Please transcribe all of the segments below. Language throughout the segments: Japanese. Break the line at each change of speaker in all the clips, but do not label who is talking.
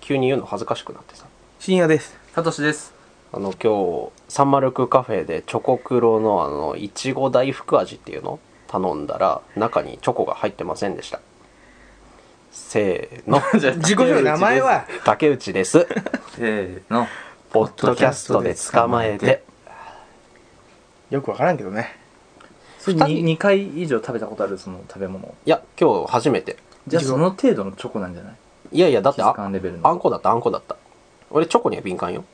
急に言うの恥ずかしくなってさ
深夜です。
サトシです。
あの今日サンマルクカフェでチョコクロのあのいちご大福味っていうの頼んだら中にチョコが入ってませんでしたせーの
じゃあ
自己紹介、名前は、
竹内です
せーの。
ポッドキャストで捕まえて
よくわからんけどね。
それ
二人
に2回以上食べたことあるその食べ物
いや今日初めて
じゃあその程度のチョコなんじゃない
いやいやだって
質
あ
感レベルの
あんこだったあんこだった俺チョコには敏感 よ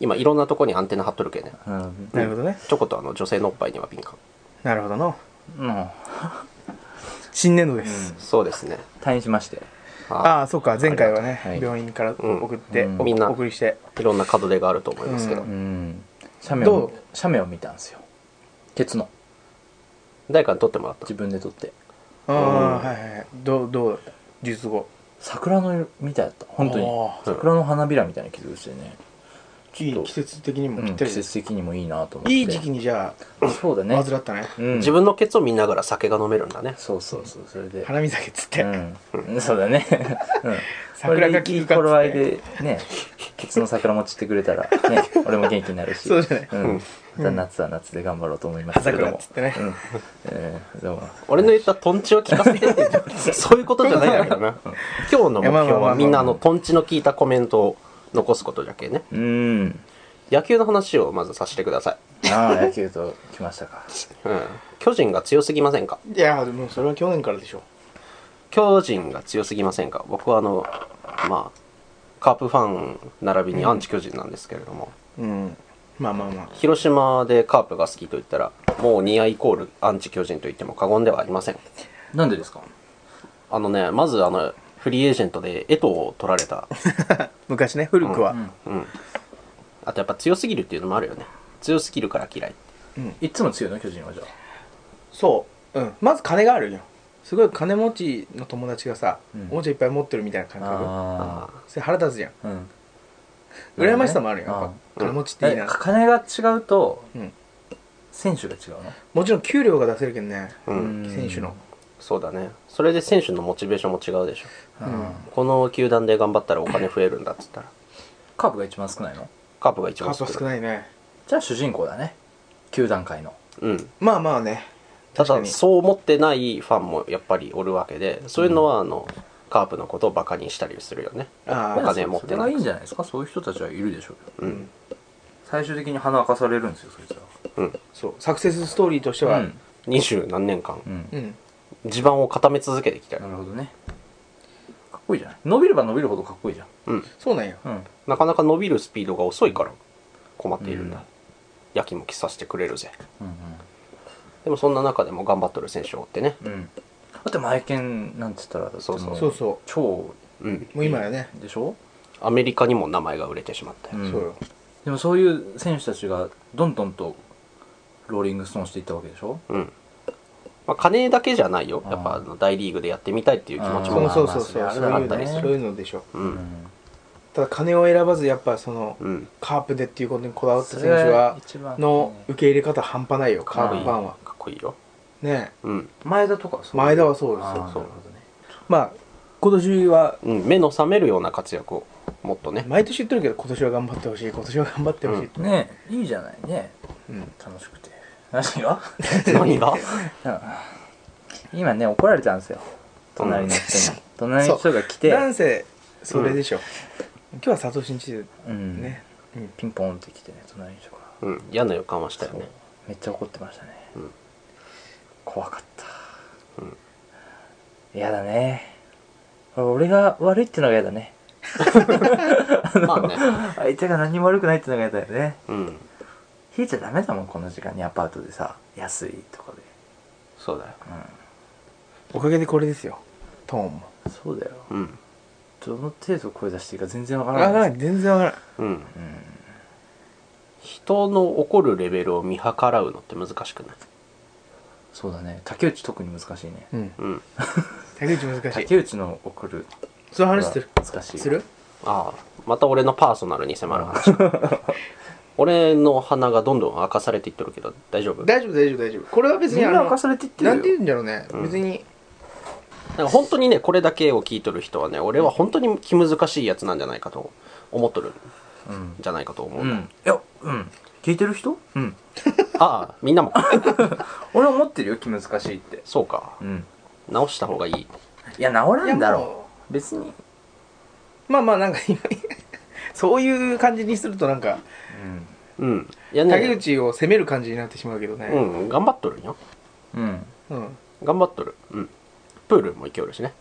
今いろんなとこにアンテナ張っとるけどね
うん
なるほどね。
チョコとあの女性のおっぱいには敏感
なるほどの。
うん
新年度です。
そうですね
退院しまして
ああ、そうか、前回はね、
はい
病院から
うん
送って、
うん
お
みんな
お送りして。
いろんな門出があると思いますけど、
う
うん写メ
ど
を
う
写メを見たんですよケツの
誰かに撮ってもらった
自分で撮って
ああ、
うん
はいはいはい。どう、どうだった術後。
桜の色みたいだった本当に
あ
桜の花びらみたいな傷してね
ーいい季節的にも
う
ぴっ
ん
た
季
りです。
節的にもいいなと思って
いい時期にじゃ
そうだ
あ、
ね
患ったね。
うん
自分のケツを見ながら酒が飲めるんだね
そうそうそうそれで
花見酒っつって、
うん、そうだね、うん、
桜が効くかっつって
これでいい頃合いでねケツの桜も散ってくれたら ね俺も元気になるし
そうじゃない
うん、また夏は夏で頑張ろうと思いますけれど
桜っ
も
つってね。
うん、えー、でも
俺の言ったトンチを聞かせてって言って そういうことじゃないんだけどな 今日の目標
いやまあまあまあま
は
あ
みんなあのトンチの効いたコメントを残すことじゃけね
うん
野球の話をまずさせてくださ
ああ野球と来ましたか
い、うん、巨人が強すぎませんか
いやー、でもそれは去年からでしょ。
巨人が強すぎませんか僕はあのまあカープファン並びにアンチ巨人なんですけれども、
うん。まあまあまあ。
広島でカープが好きと言ったらもうニアイコールアンチ巨人と言っても過言ではありません
なんでですか
あのねまずあのフリーエージェントで江藤を取られた、
昔ね、古くは。
うん、あとやっぱ強すぎるっていうのもあるよね強すぎるから嫌い
いつも強いの巨人はじゃあ
そう、うん、まず金があるよすごい金持ちの友達がさ、
うん
おもちゃいっぱい持ってるみたいな感覚
あ
それ腹立つじゃん
あうん
羨ましさもあるよやっ
なるほ
ぱ金
どね
持ちっていい
え
な、
金が違うと
うん、
選手が違うの
もちろん給料が出せるけどね、
うん
うん
選手の
そうだねそれで選手のモチベーションも違うでしょ
うん
この球団で頑張ったらお金増えるんだっつったら
カープが一番少ないの
カープが一
カ
番
ープは少
い
ないね
じゃあ主人公だね球団界の
うん
まあまあね
た
確か
だ
に
そう思ってないファンもやっぱりおるわけでそういうのはあの、カープのことをバカにしたりするよね
あー
お金持って
それ
な
が
い
いいんじゃないですかそういう人たちはいるでしょうよ
うん
最終的に花明かされるんですよそいつら
うん
そうサクセスストーリーとしては、うん
二十何年間
うん
地盤を固め続けてきたよ
なるほどねかっこいいじゃない伸びれば伸びるほどかっこいいじゃん
うん
そうなんよ
うん
なかなか伸びるスピードが遅いから困っているんだ、やきもきさせてくれるぜでもそんな中でも頑張っとる選手を追ってね
うんうんだってマエケンなんつったら
そうそう
も
そうそ
超
うん
うもう今やね、
でしょ
アメリカにも名前が売れてしまったよ、
うん
そうよ
でもそういう選手たちがどんどんとローリングストーンしていったわけでしょ
うんまあ、金だけじゃないよ
あー
やっぱあの大リーグでやってみたいっていう気持ち
そ
も
う
あ
そうそうそう、
まあまあ
そ
そうれは
いう
あった
の
ね
ねそういうのでしょ
う
うん
ただ金を選ばずやっぱその、
うん
カープでっていうことにこだわった
そ
選
れ
手
が
は
一番
の受け入れ方半端ないよカープファンは
かっこいいよ
ねえ
うん、
前田とかそう
前田はそうですよ
あー
そう
なるほどね
まあ今年は
うん、目の覚めるような活躍をもっとね
毎年言ってるけど今年は頑張ってほしい今年は頑張ってほしい、
ねえいいじゃないね
うん
楽しくて何が
何が
今ね怒られたんですよ隣の人に隣の人が来て
なんせそれでしょ、今日は佐藤慎一
うん
ね、うん
ピンポンって来てね隣の人が
うん、嫌な予感はしたよ
そう
ね
めっちゃ怒ってましたね、
うん
怖かった嫌、だね俺が悪いってのが嫌だね
まあね
相手が何も悪くないってのが嫌だよね
うん
冷えちゃダメだもんこの時間にアパートでさ安いとかで
そうだよ
おかげでこれですよトーンも
うんそうだよ
うん
どの程度声出していいか全然わか
あ
ら
ら
ない
ない全然わからない
うん
うん
人の怒るレベルを見計らうのって難しくない
そうだね竹内特に難しいね
うん
うん
竹内難しい
竹内の送る
その話する
難しい
する
ああまた俺のパーソナルに迫る話俺の鼻がどんどん明かされていっとるけど大丈夫
大丈夫大丈夫大丈夫これは別
みん
にあ
な明
の
かされていって
なんて言
るよ
うんだろうね、
うん
別に
なんか本当にねこれだけを聞いとる人はね俺は本当に気難しいやつなんじゃないかと思っとるん
うん
じゃないかと思う、
うんいやうん聞いてる人うん
ああみんなも
俺は思ってるよ気難しいって
そうか
うん
直した方がいい
いや治らんだ
いや
ろ
も
う別に
うまあまあなんか 今そういう感じにするとなんか
うんいや
竹
ね
内を責める感じになってしまうけど
う
ね
ん頑張っとるんよ
うんうん
うん、
頑張っとるうんプールも行きよるしね、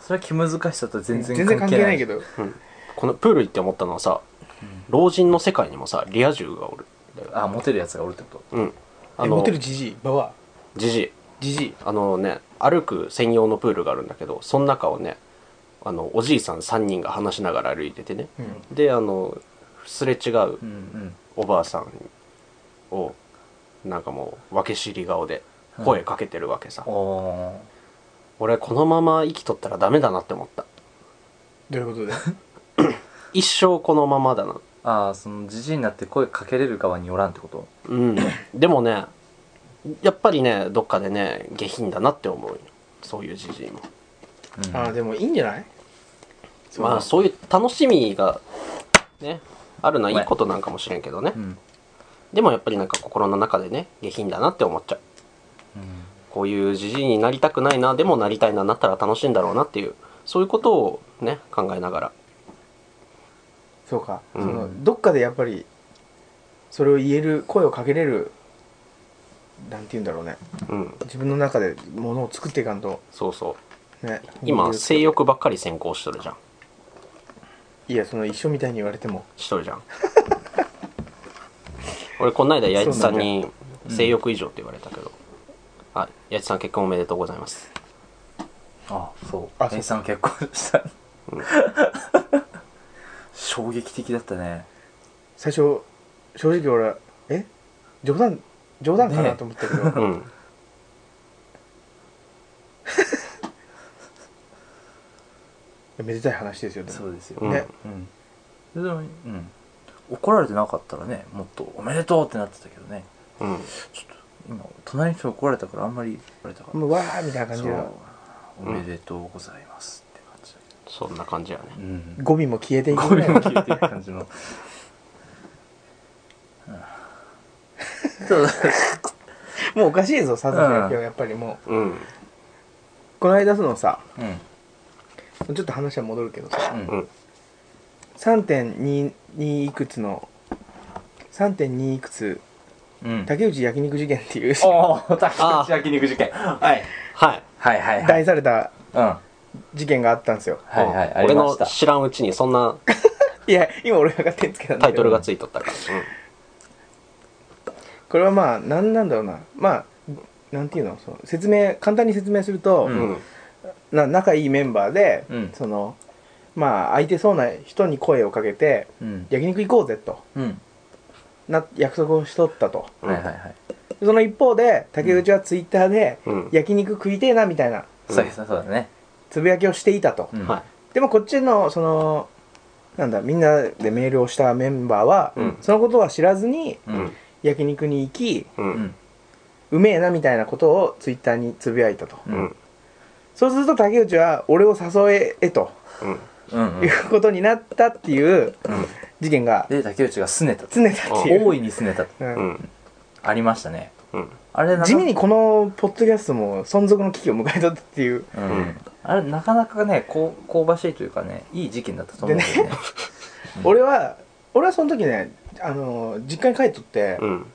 それは気難しさと全然
全然関係ないけ
ど
ど
うん、このプール行って思ったのはさ老人の世界にもさリア充がおる
あモテるやつがおるってこと
うんあ
えモ
の
テるじじいばば
じじい
じじい
あのね歩く専用のプールがあるんだけどその中をねあのおじいさん3人が話しながら歩いててね、であのすれ違う
うんうん
おばあさんをなんかもう分け知り顔で
うん
声かけてるわけさ、
おー
俺このまま生きとったらダメだなって思った
どういう ことで
一生このままだな
ああそのじじいになって声かけれる側によらんってこと
うんでもねやっぱりねどっかでね下品だなって思うよそういうじじいも
うん
ああでもいいんじゃない
まあそういう楽しみがねあるのはいいことなんかもしれんけどね
うん
でもやっぱりなんか心の中でね下品だなって思っちゃう
うん
こういうじじいになりたくないなでもなりたいななったら楽しいんだろうなっていうそういうことをね考えながら
そうか、
うん
そのどっかでやっぱりそれを言える声をかけれるなんて言うんだろうね
うん
自分の中でものを作っていかんと
そうそう
ね
今性
い
欲ばっかり先行しとるじゃん
やその一緒みたいに言われても
しとるじゃん 俺こないだ八重津さんに性欲異常って言われたけど、あ八重津さん結婚おめでとうございます
あそう
あ
姉さん結婚した、 衝撃的だったね
最初正直俺はえ冗談冗談かな
ね
と思ったけど、
うん
めでたい話ですよでも
そうですよ、
うん
ね
うんででもうん怒られてなかったらねもっと「おめでとう!」ってなってたけどね
うん
今隣の人怒られたからあんまりあれだから
もうわーみたいな感じ
そ
で
う「おめでとうございます」って感じだけ
そんな感じやね
どうん
語尾も消えていく
ゴ
ぐ
ミ
らい
を消えてる感じのうんそうだ
もうおかしいぞさすがに今日
うん
やっぱりもう
うん
この間そのさ
うん
ちょっと話は戻るけどさ
うん
うん
3.22いくつの3.2いくつ
うん
竹内焼肉事件っていう
おお竹内焼肉事件はい
はい
はいはいはい
題された
うんは
事件があったんですよ
いはいあ
俺
りま
の
した
知らんうちにそんない
や今俺が勝手につけたん
タ
だけ
イト
ど
ルがついとったから、
これはまあ何なんだろうなまあなんていうのその説明簡単に説明すると、
うんうん
な仲いいメンバーで、
うん
そのまあ空いてそうな人に声をかけて
うん
焼肉行こうぜと
うん
な約束をしとったと
うん
はいはいはい
その一方で竹内はツイッターで、
うん
焼肉食いてえなみたいな
そうですそうだね
つぶやきをしていたと、
うん
はい
でもこっちのそのなんだみんなでメールをしたメンバーは、
うん
そのことは知らずに
う
うんん
焼肉に行き
う
うんん
うめえなみたいなことをツイッターにつぶやいたと、
うんうん
そうすると竹内は俺を誘ええと
うん
うん
いうことになったっていう事件が
で竹内が拗ねた
常だっていう、
大いに拗ねた
うん
うん
ありましたね
うん
あれなか
地味にこのポッドキャストも存続の危機を迎えたっていう
うん
うん
あれなかなかねこう香ばしいというかねいい事件だったと思うんだよね
俺は俺はその時ねあの実家に帰っとって、
うん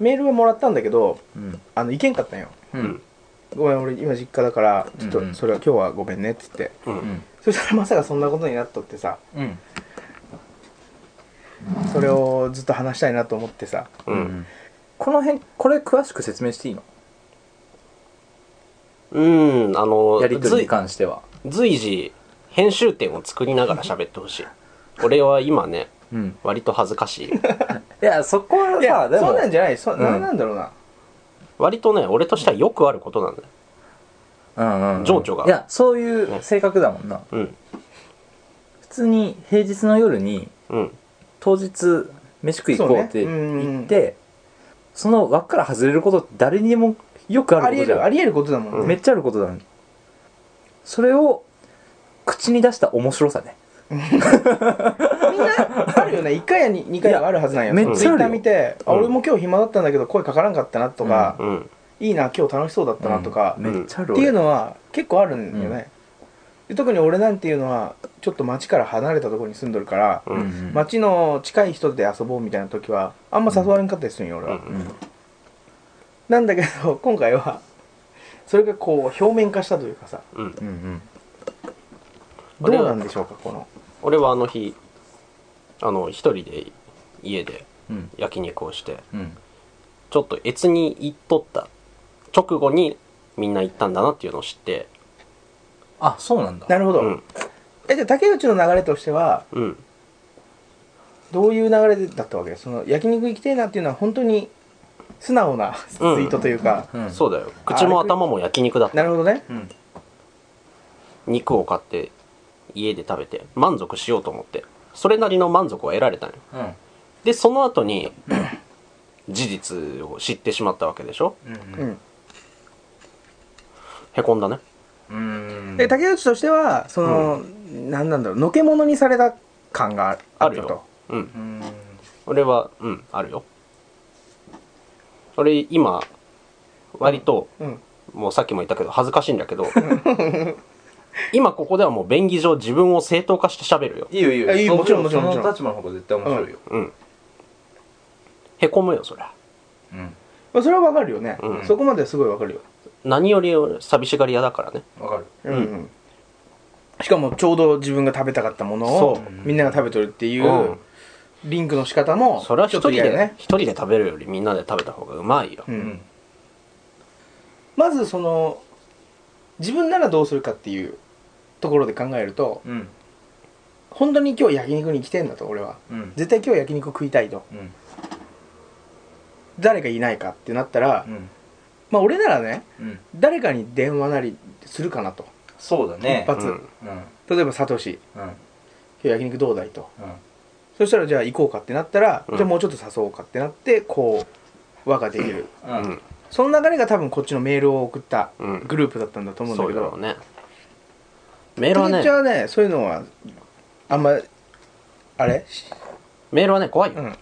メールはもらったんだけど
うん
あの行けんかったんよ
うん
ごめん俺今実家だからちょっ
うんう
と
ん
それは今日はごめんねって言って、
う
うんん
そしたらまさかそんなことになっとってさ
うん
それをずっと話したいなと思ってさ
う
うんんこの辺これ詳しく説明していいの
うんあの
やりと
ずい
りに関しては
随時編集点を作りながら喋ってほしい俺は今ね
うん
割と恥ずかしい
いやそこはい
や
さで
そう
も
なんじゃないそ、
うん
なんなんだろうな
割とね俺としてはよくあることなんだよ
うんうんうん
情緒が
いやそういう性格だもんな
うん
普通に平日の夜に
うん
当日飯食い行こうって
そうねうんうん
言ってその輪っから外れることって誰にもよくあ
あ
る
りえ
ことじゃん
るありえることだもんね、
うん
めっちゃあることだのにそれを口に出した面白さね
みんなあるよね1回や2回はあるはずなんよ
いやめっ
ツ
ち
イ
ゃあ
ッ
る
タ
よ
ー見て、あ
うん
俺も今日暇だったんだけど声かからんかったなとか、
うん
いいな今日楽しそうだったなとか、
めっちゃある
っていう
の
のは結構あるんだよね、で特に俺なんていうのはちょっと街から離れたところに住んどるから、
うんうん
街の近い人で遊ぼうみたいな時はあんま誘われんかったりするんよ俺は、なんだけど 今回はそれがこう表面化したというかさ
うん
うんうん
どうなんでしょうかこの
俺はあの日あの一人で家で
うん
焼肉をして
うん
ちょっと越に行っとった直後にみんな行ったんだなっていうのを知って
あそうなんだ
なるほど、
うん
えじゃあ竹内の流れとしては
うん
どういう流れだったわけその焼肉行きたいなっていうのは本当に素直なツイートというか、
うん
そうだよ口も頭も焼肉だった
なるほどね
うん
肉を買って家で食べて満足しようと思ってそれなりの満足を得られたんよ
うん
でその後 に事実を知ってしまったわけでしょ
う
うんん
へこんだね
うんうん
で竹内としてはその、何なんだろうのけものにされた感があ
ある
る
よ
よと
うん
うん
俺はうんあるよ俺今割と、
うん
もうさっきも言ったけど恥ずかしいんだ けど今ここではもう便宜上自分を正当化して喋るよ
いいよいいよ
あいいよもちろんもちろん
その
もちろん
立場の方が絶対面白いよ
うんへこむよそりゃ
うん
まあそれはわかるよね、
うん
そこまではすごいわかるよ
何より寂しがり屋だからね
わかる
うん、
う
しかもちょうど自分が食べたかったものを
そう
みんなが食べとるっていう、
うん
リンクの仕方も
それは一人
ちょっと嫌
で
よ
ね一人で食べるよりみんなで食べた方がうまいよ、
う、
うん
まずその自分ならどうするかっていうところで考えると
うん
本当に今日焼肉に来てんだと俺は
うん
絶対今日焼肉食いたいと
うん
誰かいないかってなったら、
うん
まあ俺ならね
うん
誰かに電話なりするかなと
そうだ
一
ね
発
うん
うんうん
例えばサトシ
うん
今日焼肉どうだいとそしたらじゃあ行こうかってなったら、
うん
じゃあもうちょっと誘おうかってなってこう輪ができる
うんうん
その流れが多分こっちのメールを送った
うん
グループだったんだと思うんだ
そ
け
うだろ
ど
うねメール
竹
はね
内はねそういうのはあんまあれし
メールはね怖いうよ、
ん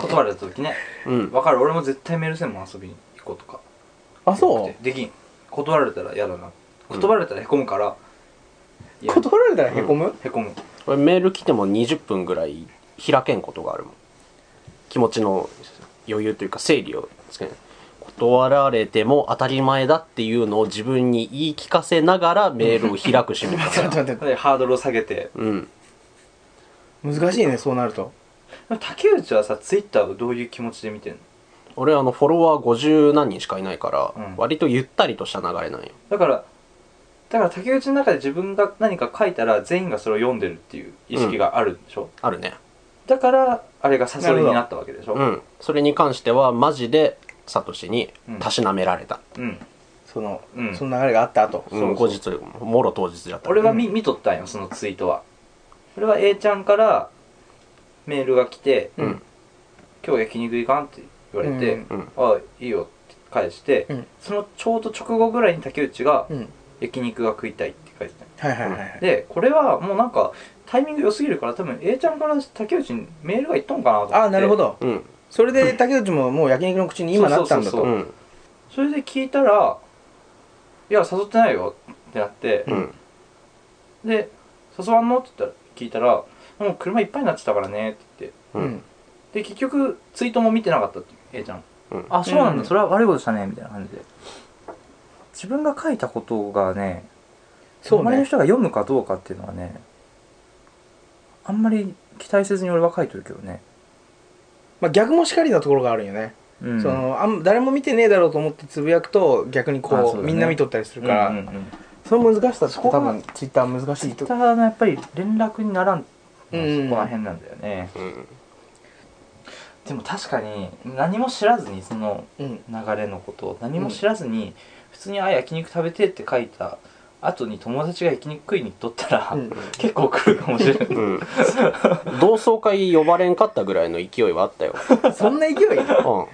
断られた時ね
うん
わかる俺も絶対メールせんもん遊びに行こうとか
あそ
できん断られたら嫌だな
うん
断られたらへこむから
う断られたらへこむ、
へこむ
俺メール来ても20分ぐらい開けんことがあるもん気持ちの余裕というか整理をつけない断られても当たり前だっていうのを自分に言い聞かせながらメールを開く趣味だ
ち
か
ょっ
ら
と待って
でハードルを下げて
うん
難しいねそうなると
竹内はさツイッターをどういう気持ちで見てんの
俺あのフォロワー50何人しかいないから、
うん
割とゆったりとした流れなんよ
だからだから竹内の中で自分が何か書いたら全員がそれを読んでるっていう意識があるでしょ、
あるね
だからあれが誘いになったわけでしょ
うんそれに関してはマジでサトシにたしなめられた、
うん、
その、
うん
その流れがあった後、
うん後日もろ当日だった
俺は見見とったんよそのツイートはそれは A ちゃんからメールが来て
うん
「今日焼肉行かん?」って言われて
うん
「あいいよ」って返して、
うん
そのちょうど直後ぐらいに竹内が
うん、うん
「焼肉が食いたい」って書いてたんよ
はいはいはいはい、
でこれはもうなんかタイミング良すぎるから多分 A ちゃんから竹内にメールがいっとんかなと思って
ああなるほど、
うん
それで竹内ももう焼肉の口に今なったんだと
そううそ
ん
それで聞いたら「いや誘ってないよ」ってなって、
うん
で「誘わんの?」って言ったら聞いたら「もう車いっぱいになってたからね」って言って
うん
うん
で結局ツイートも見てなかったっていう A ちゃん
うん
あそうなん
う
だ、
ん
それは悪いことしたねみたいな感じで自分が書いたことがね
そう
周りの
ね
人が読むかどうかっていうのはねあんまり期待せずに俺は書いてるけどね、
まあ、逆もしかりなところがあるよね、
うん、
そのあん誰も見てねえだろうと思ってつぶやくと逆にこう
あそうだね
みんな見とったりするから、
うんうんうん
その難しさって
そこ
多
が
分ツイッター難しいと
ただやっぱり連絡にならん、
うん
そこら辺なんだよね
うん
でも確かに何も知らずにその
うん
流れのことを何も知らずに、普通に「あ焼肉食べて」って書いた後に友達が焼肉食いに行っとったら、
うん
結構来るかもしれない、
うん 同窓会呼ばれんかったぐらいの勢いはあったよ、
そんな勢い
うん、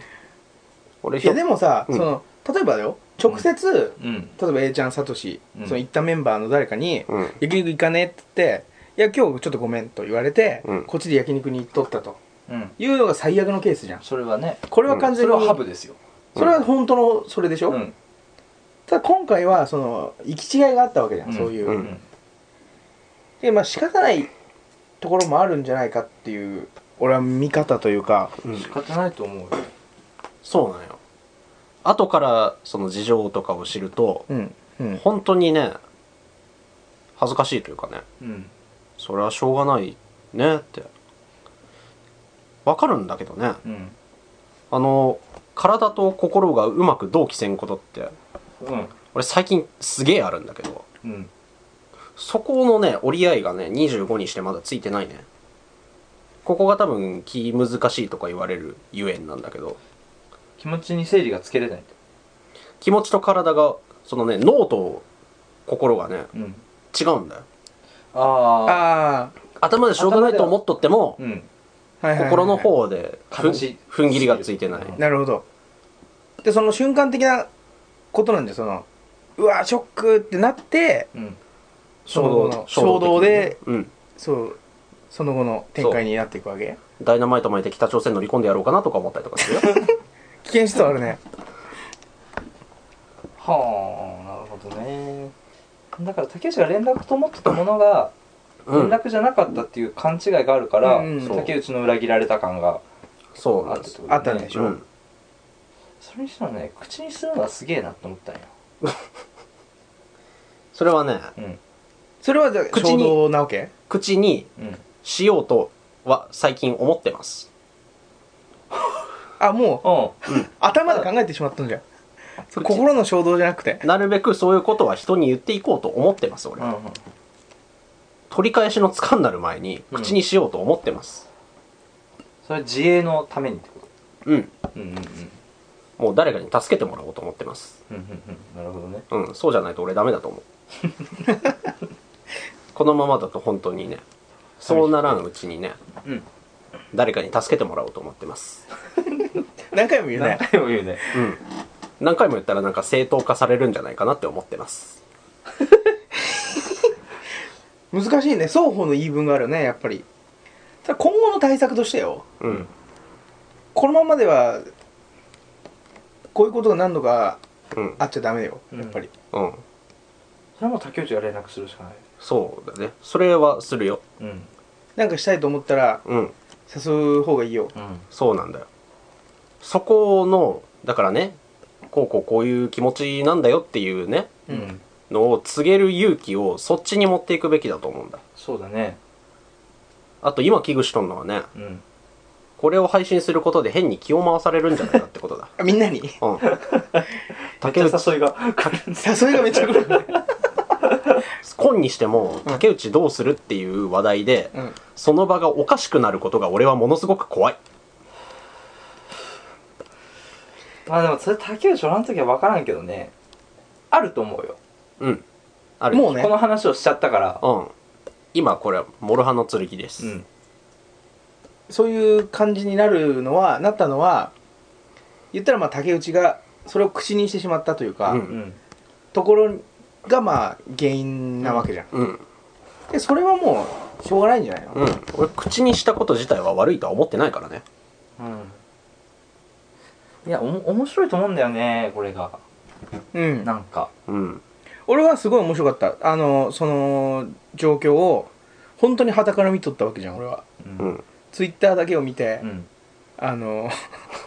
俺
いやでもさ、
うん
その例えばだよ直接、
うん
例えば A ちゃんさとし、
うん
その行ったメンバーの誰かに「
うん
焼肉行かね?」って言って「いや今日ちょっとごめん」と言われて、
うん
こっちで焼肉に行っとったと
うん
いうのが最悪のケースじゃん
それはね
これは完
そ
全
れ
に、
はハブですよ
それは本当のそれでしょ、
うん
ただ今回はその行き違いがあったわけじゃん、
うん
そういう、
う
うんん
でまあ仕方ないところもあるんじゃないかっていう俺は見方というか
うん
仕方ないと思うよ
そうなんよ後からその事情とかを知ると
うんうん
本当にね恥ずかしいというかね
うん
それはしょうがないねってわかるんだけどね
うん
あの体と心がうまく同期せんことって
うん
俺最近すげえあるんだけど
うん
そこのね折り合いがね25にしてまだついてないねここが多分気難しいとか言われるゆえんなんだけど
気持ちに整理がつけれない
気持ちと体がそのね脳と心がね
うん
違うんだよ
ああ
あ
頭でしょうがないと思っとっても
うん
あ、はいはいはいはい
心の方でふん
悲しい
踏ん切りがついてない
なるほどでその瞬間的なことなんでそのうわショックってなって
うん
衝動の
衝動で
的にうん
そうその後の展開になっていくわけ
ダイナマイト巻いて北朝鮮乗り込んでやろうかなとか思ったりとかするよ
危険思想あるね
はあなるほどねだから竹内が連絡と思ってたものが
う
連
ん
絡じゃなかったっていう勘違いがあるから、
うんうん
竹内の裏切られた感が
そうな
あっ
ん
た
で
っ
すよ
てこと、ね、
あったんでしょ
うん
それにしてもね口にするのはすげえなと思ったんよ
それはね
うん
それはじゃあ
口
衝
に
動なわけ
口に
うん
しようとは最近思ってます
あもう
お
頭で考えてしまったんじゃんそれ心の衝動じゃなくて
なるべくそういうことは人に言っていこうと思ってます
う
俺
んう
は
ん
取り返しのつかになる前に
うん
口にしようと思ってます
それは自衛のためにってこ
うん
とうんうんうん
もう誰かに助けてもらおうと思ってます
うんうんうんなるほどね
うんそうじゃないと俺ダメだと思うこのままだと本当にねそうならんうちにね
うん
誰かに助けてもらおうと思ってます
何回も言う
何
ね
回も言うね
うん何回も言ったらなんか正当化されるんじゃないかなって思ってます
難しいね双方の言い分があるよねやっぱりただ今後の対策としてよ
うん
このままではこういうことが何度か
うん
あっちゃダメだよ
うん
やっぱり、
うん
それはもう竹内が連絡するしかない
そうだねそれはするよ
うん
なんかしたいと思ったら
うん
誘う方がいいよ
うん
そうなんだよそこのだからねこうこうこういう気持ちなんだよっていうね
うん
のを告げる勇気をそっちに持っていくべきだと思うんだ
そうだね
あと今危惧しとんのはね
うん
これを配信することで変に気を回されるんじゃないかってことだ
あみんなに
うん
めっち
竹内
ゃ誘いが来るんです
誘いがめっちゃ来る、
今にしても竹内どうするっていう話題で
うん、
その場がおかしくなることが俺はものすごく怖い
まあでもそれ竹内おらん時は分からんけどねあると思うよ
うんある
もうね
この話をしちゃったから
うん今これはモルハの剣です、
うん
そういう感じになるのはなったのは言ったらまあ竹内がそれを口にしてしまったというか、
うん
うん
ところがまあ原因なわけじゃん、
うん
でそれはもうしょうがないんじゃないの、
うん、俺口にしたこと自体は悪いとは思ってないからね
うんいやおも面白いと思うんだよねこれが
うん
なんか
うん
俺はすごい面白かったあのその状況を本当に傍から見とったわけじゃん俺は
う
うんん
ツイッターだけを見て、
うん
あの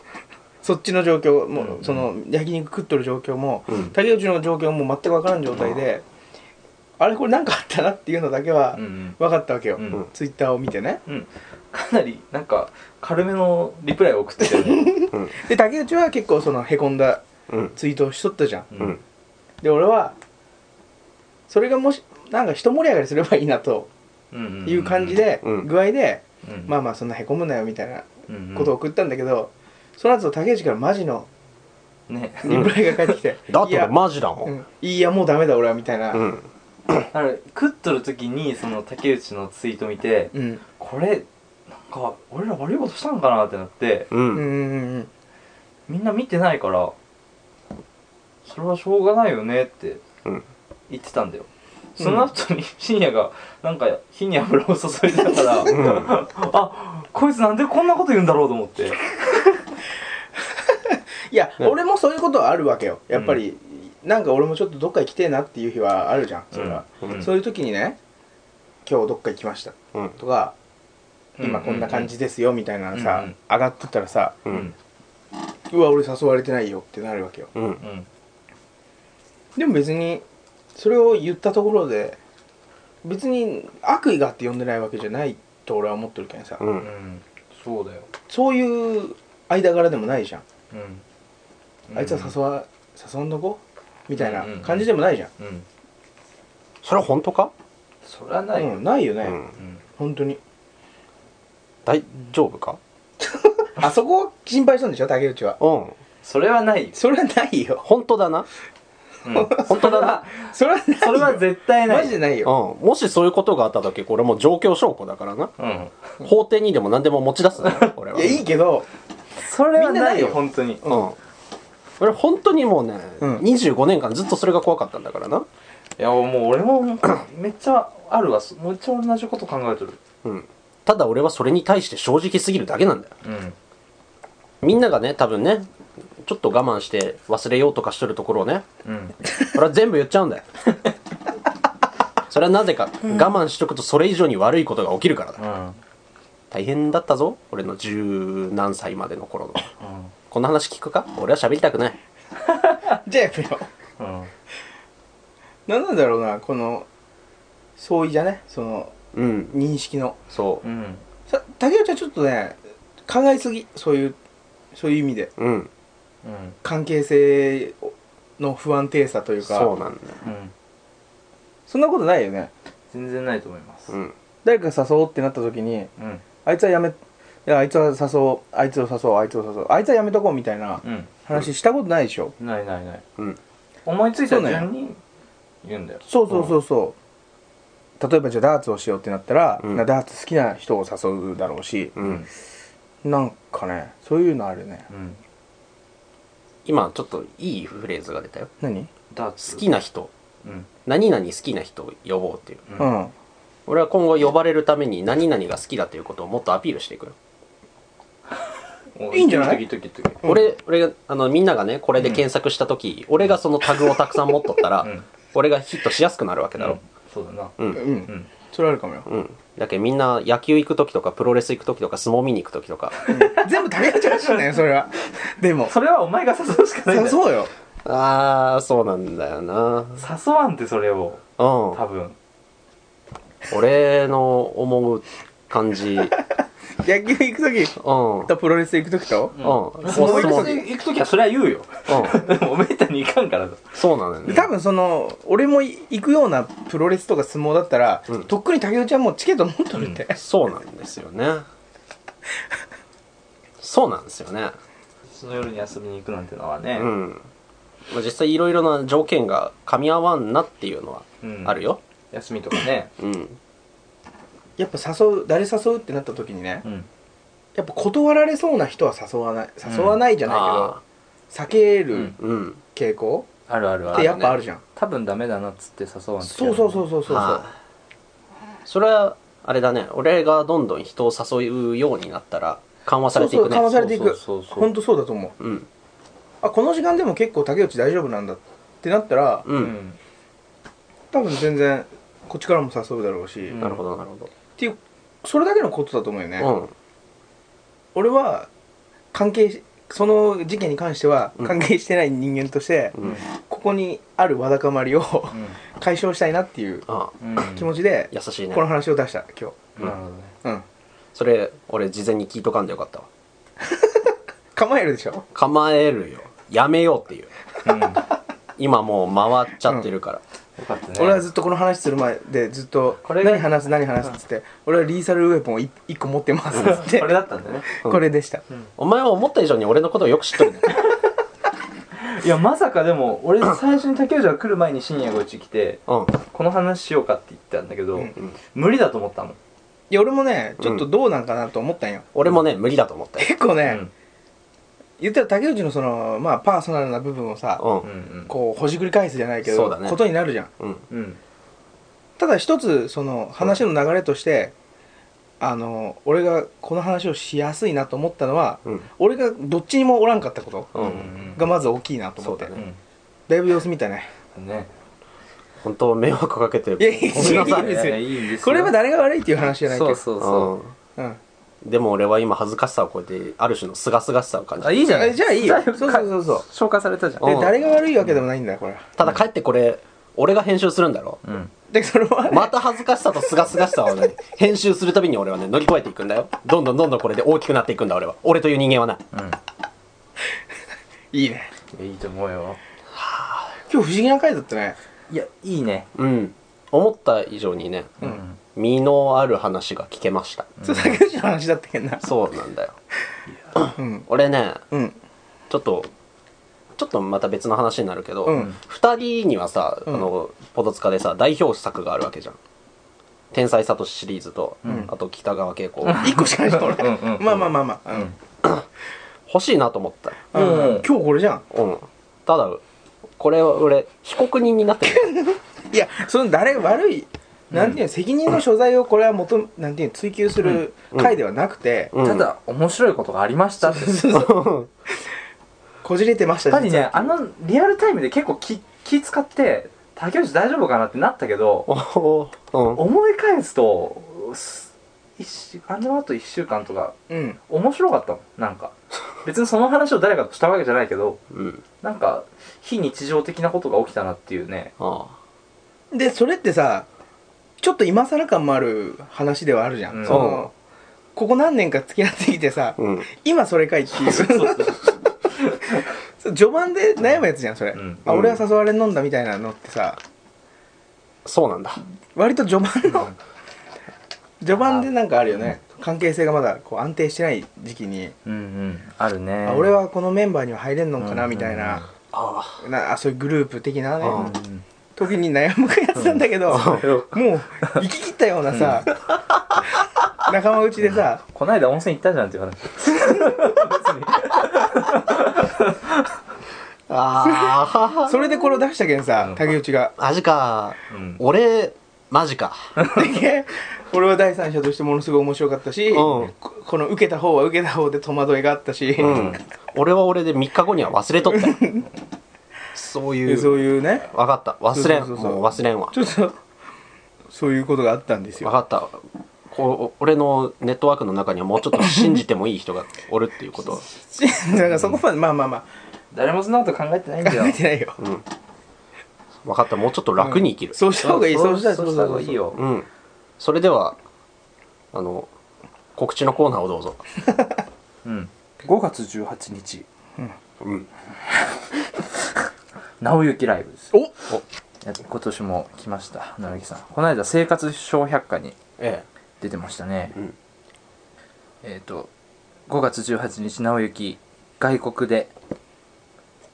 そっちの状況も、
うんうん
その焼肉食っとる状況も
うん
竹内の状況も全く分からん状態で、あれこれ何かあったなっていうのだけは
うん
分かったわけよ、
うん
ツイッターを見てね
うんかなりなんか軽めのリプライを送ってたよね
うん
で竹内は結構そのへこんだ
うん
ツイートをしとったじゃん
うん
で俺はそれがもしなんか一盛り上がりすればいいなと
うん
いう感じで、
うん
具合で、ま
あ
あまあそんなへこむなよみたいなこ
こと
を送ったんだけど、その後竹内からマジの
ね
リプライが返ってきて「
だって
い
俺
や、
マジだも
うんんいいやもうダメだ俺は」みたいな、
うん、
あれ食っとる時にその竹内のツイート見て
うん
これなんか俺ら悪いことしたんかなってなって
う
うん
ん
うんうん
みんな見てないからそれはしょうがないよねって
うん
言ってたんだよその後に深夜がなんか火に油を注いでたから、あこいつなんでこんなこと言うんだろうと思って
いや、
ね
俺もそういうことはあるわけよやっぱり、なんか俺もちょっとどっか行きてえなっていう日はあるじゃんそれは、
うん
そういう時にね今日どっか行きました
うん
とか、今こんな感じですよみたいなのさ、
うんうん
上がってったらさ
う
うんん
うわ俺誘われてないよってなるわけよ
うん
うん
でも別にそれを言ったところで別に悪意があって呼んでないわけじゃないと俺は思ってるけどさ、
う
うんんそうだよ
そういう間柄でもないじゃん、
うん
あいつは誘わ誘んどこみたいな感じでもないじゃん、
うんうん
それ本当か
そりゃないよ
うんないよ
う
ね、
ん
うん
本当に
大丈夫か
あそこを心配したんでしょ竹内は
うん
それはないよ
それはないよ
本当だな
うん
本当だな
それはないよ
それは絶対ない
マジでないよ
うんもしそういうことがあった時これもう状況証拠だからな
うん
法廷にでも何でも持ち出すなよこれはい
やいいけど
それは
みんなな
ないい
よ
よ本当に
うん俺本当にもうね、
うん
25年間ずっとそれが怖かったんだからない
やもう俺も めっちゃあるわそめっちゃ同じこと考えてる
うんただ俺はそれに対して正直すぎるだけなんだよ
うん
みんながね多分ねちょっと我慢して忘れようとかしとるところをね
うん
俺は全部言っちゃうんだよ それはなぜか我慢しとくとそれ以上に悪いことが起きるからだ
うん
大変だったぞ俺の十何歳までの頃のこんな話聞くか俺は喋りたくない
じゃあやめよ
うん
う何なんだろうなこの相違じゃねその
うん
認識の
そ
うん
さ竹内はちょっとね考えすぎそういうそういう意味で
ううん
うん
関係性の不安定さというか
そうなんだよ
うん
そんなことないよね
全然ないと思います
うん
誰か誘おうってなった時に
うん
あいつはやめいやあいつは誘おうあいつを誘おうあいつを誘おうあいつはやめとこうみたいな
うん
話したことないでしょ、
ないないない
うん
思いついた順に言うんだよ
そうそうそうそう、例えばじゃあダーツをしようってなったら、
うん
なダーツ好きな人を誘うだろうし、
うん
なんかねそういうのあるね
うん
今ちょっといいフレーズが出たよ
何
ダーツ
好きな人
うん
何々好きな人を呼ぼうっていう
う
うんん、
俺は今後呼ばれるために何々が好きだということをもっとアピールしていくよ、
お
いいんじゃない
時々時々
うん
俺俺があのみんながねこれで検索した時、俺がそのタグをたくさん持っとったら、
うん
俺がヒットしやすくなるわけだ
う
ろ
んそうだな
うん
うん、
うん、
うん
それあるかもよ、
だけどみんな野球行く時とかプロレス行く時とか相撲見に行く時とか
全部竹内らしいんだよそれは でも
それはお前が誘うしかないんだよ
そうよ
ああそうなんだよな
誘わんってそれを
うん
多分
俺の思う感じうん
野球行く時
うん
とプロレス行く時と
うん、
うん
お相
その
う
撲
そ
うん、
行く時はそれは言うよで もめったに行かんからだ
そうなのよね
多分その俺も行くようなプロレスとか相撲だったら、
うん
とっくに竹内はもうチケット持っとるって、
そうなんですよねそうなんですよね
その夜に遊びに行くなんてのはね
うん、まあ、実際いろいろな条件が噛み合わんなっていうのは
うん
あるよ
休みとかね
うん、
やっぱ誘う誰誘うってなった時にね
うん
やっぱ断られそうな人は誘わない誘わないじゃないけど、
あ
避け
う
る
ん
ーうん
傾向
あるある
っ
あ
て
る
やっぱあるじゃん、
多分ダメだなっつって誘わんと
そうそうそううそうそうそう、
はいそれはあれだね俺がどんどん人を誘うようになったら緩和されていくね
そうそう緩和されていく
そうそうそう
本当そうだと思う
うん
あこの時間でも結構竹内大丈夫なんだってなったら
う、
うんん
多分全然こっちからも誘うだろうし、
うん
っ
なるほどなるほ
ていうそれだけのことだと思うよね、
ど、
俺は関係しその事件に関しては
うん
関係してない人間として、
うんうん
ここにあるわだかまりを
う
解消したいなっていうん
あ
ん
気持ちで
優しいね
この話を出した今
うん
なるほどね
日うん
それ俺事前に聞いとかんでよかったわ
構えるでしょ
構えるよやめようっていう
うんよか
今もう回っちゃってるから、
ったね
俺はずっとこの話する前でずっと「
これが
何話す何話す」っつって「俺はリーサルウェポンを 1, 個持ってます」っつって
これだったんだね
うん
これでした
お前は思った以上に俺のことをよく知っと るね
いやまさかでも俺最初に竹内が来る前に深夜がうち来て
うん
この話しようかって言ったんだけど、
うん
うん
無理だと思ったの、
いや俺もねちょっとどうなんかなと思ったんよ
俺もね無理だと思ったよ
結構
う
ね
ん
言ったら竹内のその、まあ、パーソナルな部分をさ、
う
うんん
こうほじくり返すじゃないけ
そ
ど、
うだね
ことになるじゃん
うん
うんうん
ただ一つその話の流れとしてあの俺がこの話をしやすいなと思ったのは
うん
俺がどっちにもおらんかったこと
う
うん
ん
がまず大きいなと思って
そう
だ,、
だね
いぶ様子見たね
うん ね
本当迷惑かけて
いやいや
ごめんなさ
いやいや
い
別に
いいですよ
これは誰が悪いっていう話じゃないけ
そ
ど
うそうそ
うん
うんでも俺は今恥ずかしさを超えてある種の清々しさを感
う
じて
いいじゃない
えじゃあいいよ
だぶ
そうそうそうそう
か紹介されたじゃん
う
で
ん
誰が悪いわけでもないんだよこれは
ただ帰ってこれ俺が編集するんだろ
うん
でそれは、
また恥ずかしさと清々しさを ね編集するたびに俺はね乗り越えていくんだよどんどんどんどんこれで大きくなっていくんだ俺は俺という人間はな
うんいいね
うんいいと思うよ
今日不思議な回だったね
いやいいね
うん思った以上にね
うん
身のある話が聞けました
それ竹内の話だったけんな
そうなんだよ
うん
俺ね
うん
ちょっとちょっとまた別の話になるけど、
うん
2人にはさ、
うん
あのポトツカでさ代表作があるわけじゃん「天才サトシ」シリーズと、
ん
あと北川景子
一個しかないじゃん俺
うんうんうん
まあまあまあまあ
うん
欲しいなと思った
うん
うん
うん今日これじゃん
うんただこれは俺被告人になって る
いやその誰悪いなんていうの責任の所在をこれは求めなんていうの追求する回ではなくて
うん
ただ面白いことがありましたってやっ
こじれてました
ぱり
実
ね
は
あのリアルタイムで結構気気使って竹内大丈夫かなってなったけど
おおうん
思い返すとす一週あのあと1週間とか
うん
面白かったもんなんか別にその話を誰かとしたわけじゃないけど
うん
なんか非日常的なことが起きたなっていうね
あ
でそれってさちょっと今更感もある話ではあるじゃん、
うん
そのここ何年か付き合ってきてさ、
あうん
今それかいっていうそう序盤で悩むやつじゃんそれ、
うん
あ俺は誘われ飲んだみたいなのってさ
そうなんだ
割と序盤 の序盤でなんかあるよね関係性がまだこう安定してない時期に、
うんうんあるね
あ俺はこのメンバーには入れんのかな
うん
みたいな,、
あ
なあそういうグループ的なね、
うん
うん
時に悩むやつなんだけ ど、もう行き切ったようなさ、 仲間内でさ
こないだ温泉行ったじゃんっていう話
あああ
それでこれを出したけん
う
さ
ん
竹内が
マジか
うん
俺マジか
で俺は第三者としてものすごい面白かったし、
うん
ここの受けた方は受けた方で戸惑いがあったし、
うん俺は俺で3日後には忘れと ったよそうい
で
う
そういうね
分かった忘れん
そうそうそうそう
もう忘れんわ
ちょっとそういうことがあったんです
分
よ
かったこう俺のネットワークの中にはもうちょっと信じてもいい人がおるっていうこと
だからそこまでまあまあま
誰もそんなこと 考えてないん
あ
だ
考え
よ
てないよ
分かったもうちょっと楽に生きる、
そうした方がいいそうした
そうした方がいいよ
うん、それではあの告知のコーナーをどうぞ、
うん5月18日
うん、
直行ライブです
おっ
や今年も来ました直行さんこの間生活笑百科に
え
出てましたね、
うん
えっ、と5月18日直行外国で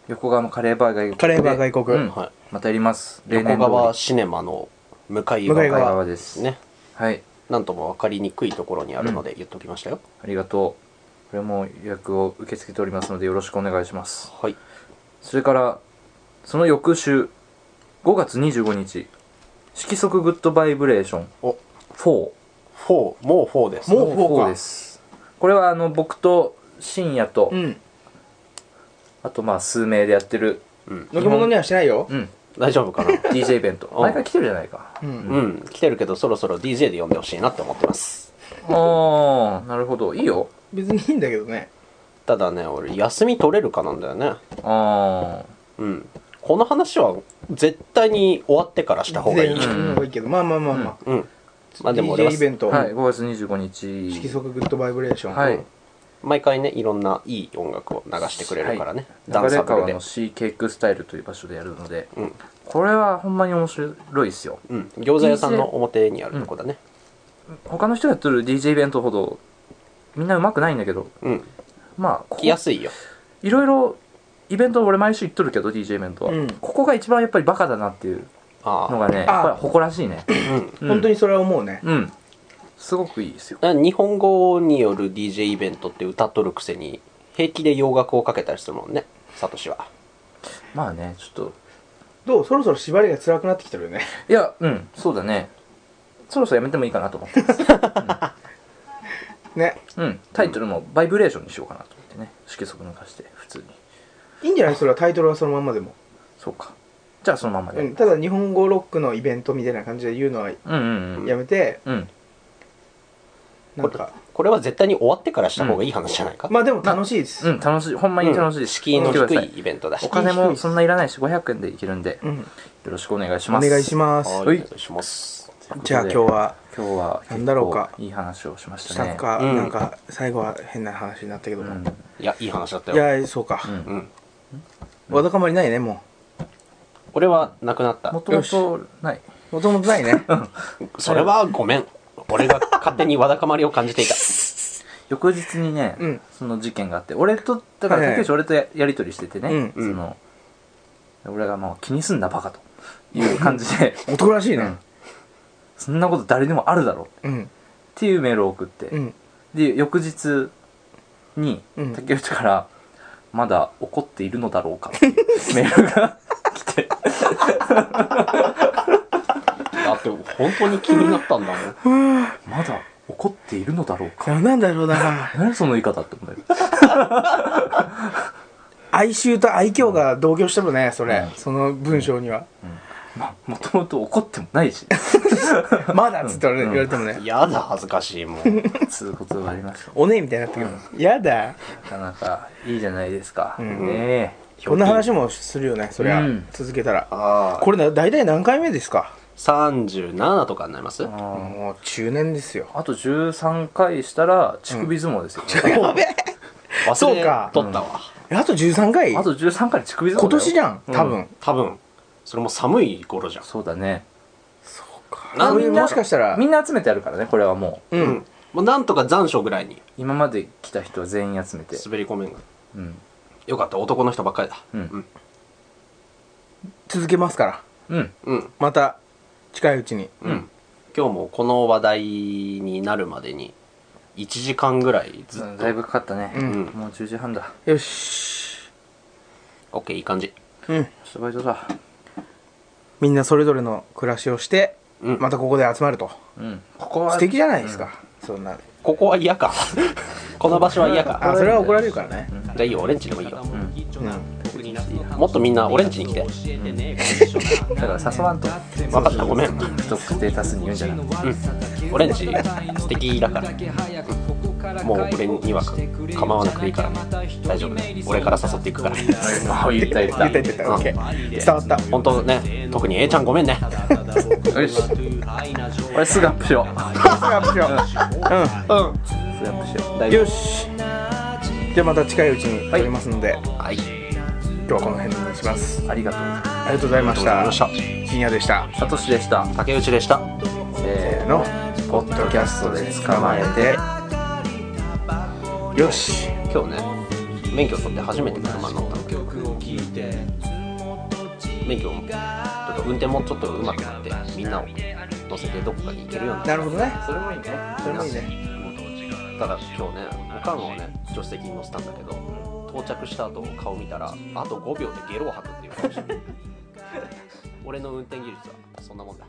横浜カレーバー外国で
カレーバー外国
う
え、
ん
はい、
またやります例
横
年通り
川シネマの向かい
向かい
横
側
側
川です、
ね
はい
なんとも分かりにくいところにあるので言っときましたよ、
ありがとうこれも予約を受け付けておりますのでよろしくお願いします
はい
それからその翌週5月25日色即グッドバイブレーション
お
4
4もう4です
もう4か
ですこれはあの僕と深夜と、
うん
あとまあ数名でやってる
うん、
乗り物にはしてないよ
うん
大丈夫かな
DJ イベント
うん
毎回来てるじゃないか
うん、
うん来てるけどそろそろ DJ で呼んでほしいなって思ってます
ああなるほどいいよ
別にいいんだけどね
ただね俺休み取れるかなんだよね
あ
うんこの話は絶対に終わってからした方がいい
全員の方がいいけどまあまあまあま
うんま
あ
あでも俺
DJ イベ
は
ン
あ
ト
はい5月25日
色即グッドバイブレーション
はい
毎回ねいろんないい音楽を流してくれるからね、ダ
流
ンサ
れ
ブル
川
で
のシーケークスタイルという場所でやるので、
うん
これはほんまに面白いですよ
うん餃子屋さんの表にあるとこだね
他の人がやってる DJ イベントほどみんなうまくないんだけど
うん
まあここ
来やすいよ
いろいろイベント俺毎週行っとるけど DJ イベントは、
うん
ここが一番やっぱりバカだなっていう
あ
の
あ
がねやっぱ
あ
り誇らしいね、
うん
うん、
本当にそれは思うね、
うんすごくいいですよ
だから日本語による DJ イベントって歌っとるくせに平気で洋楽をかけたりするもんねサトシは
まあねちょっと
どうそろそろ縛りが辛くなってきてるよね
いやうんそうだねそろそろやめてもいいかなと思って ます
ね
うんタイトルもバイブレーションにしようかなと思ってね色素抜かして普通に
いいんじゃないそれはタイトルはそのまんまでも、
そうかじゃあそのまんまで、
う、
うんん、
ただ日本語ロックのイベントみたいな感じで言うのは
うんうん
やめて、
うん
なんか
これは絶対に終わってからした方がいい話じゃないか、
まあでも楽しいです、
うん楽しいほんまに楽しい、
敷居の
来てくだ
低
さ
いイベントだし
お金もそんないらないし500円でいけるんで、
う
よ
ん、
ろしくお願いし
お
ます
願いします
はいお
はい
願いします
じゃあ今日は
今日は
なんだろうか
結構いい話をしまし
した
ね
たか、
うん
なんか最後は変な話になったけど
う
も、
ん
いやいい話だった
い
よ、
やそうか、
うん
うん、
わだかまりないねも
俺はなくなった
もともとない。
うもともとない ね
それはごめん俺が勝手にわだかまりを感じていた
翌日にね、
うん
その事件があって、俺と、だか
はい
ら、
はい
竹内俺とややりとりしててね、
うん
うん
その、俺がもう気にすんなバカという感 じで、
男らしい
うん
ね
そんなこと誰でもあるだろうっ
うん
ていうメールを送って、
うん
で、翌日に
うん、
竹内から、まだ怒っているのだろう かっていうメールが来て、
だって本当に気になったんだもん
まだ怒っているのだろうか。
何なんだろうな
何その言い方って思うよ。
哀愁と愛嬌が同居してるねそれ、
うん
その文章には、
まあ、もともと怒ってもないし、
まだっつって俺
うん
言われてもね、
やだ恥ずかしいもん
つうことがありました。
おねえみたいになってくる、やだ
なかなかいいじゃないですか。
ん
ね
こんな話もするよねそりゃ、
うん
続けたら
ああ
これな大体何回目ですか
37とかになります
え。あ
もう中年ですよ
ーあと13回したら乳首相撲ですよ、
やべえ
忘
そう
れ
か
とったわ、
あと13回
あと13回で乳首相撲だよ
今年じゃん
う
多分、
多分それも寒い頃じゃん
そうだね
な
そういう
みんな
もしかしたら
みんな集めてやるからねこれはもう
う
うんん、もうなんとか残暑ぐらいに
今まで来た人は全員集めて
滑り込めんが
うん
よかった男の人ばっかりだ
うん
うん
続けますから
うん
うん、
また近いうちに
うん今日もこの話題になるまでに1時間ぐらいずっと、
だいぶかかったね、
うん
もう10時半だ
よし
オッケーいい感じ
うん
明日バイトだ
みんなそれぞれの暮らしをして
うん
またここで集まると
うんここは
素敵じゃないですか、そんな
ここは嫌かこの場所は嫌 か
あそれは怒られるからね
じゃあいいよオレンジでもいいよ
うん
もっとみんなオレンジに来て
だ
だから誘わんと
分
かったごめん
不特定多数に言うんじゃない
うん
オレンジ素敵だからもう俺には構わなくていいから大丈夫俺から誘っていくから
あ言った言っ
言
た
った言った
うん
オッケー伝わった
本当ね特に A ちゃんごめんね
よしこれすぐアップしよう
アップしよううん
すぐアップしよう大丈
よしじゃあまた近いうちに撮りますので、
はいあり
今日はこの辺でお願いします
夫ありがとう
ありがとうございま
がとう
し
ございま
た
した
深夜でした
サトシでした
竹内でした
せ
せ
ー
ー
の
の
ポッドキャストで捕まえて
よし
今日ね免許取って初めて車に乗ったのけど免許もとか運転もちょっと上手くなってみんなを乗せてどこかに行けるようにな
なるほどね
それもいいね
それもいいね
ただ今日ねおかんをね助手席に乗せたんだけど到着した後顔見たらあと5秒でゲロを吐くっていう顔してる俺の運転技術はそんなもんだ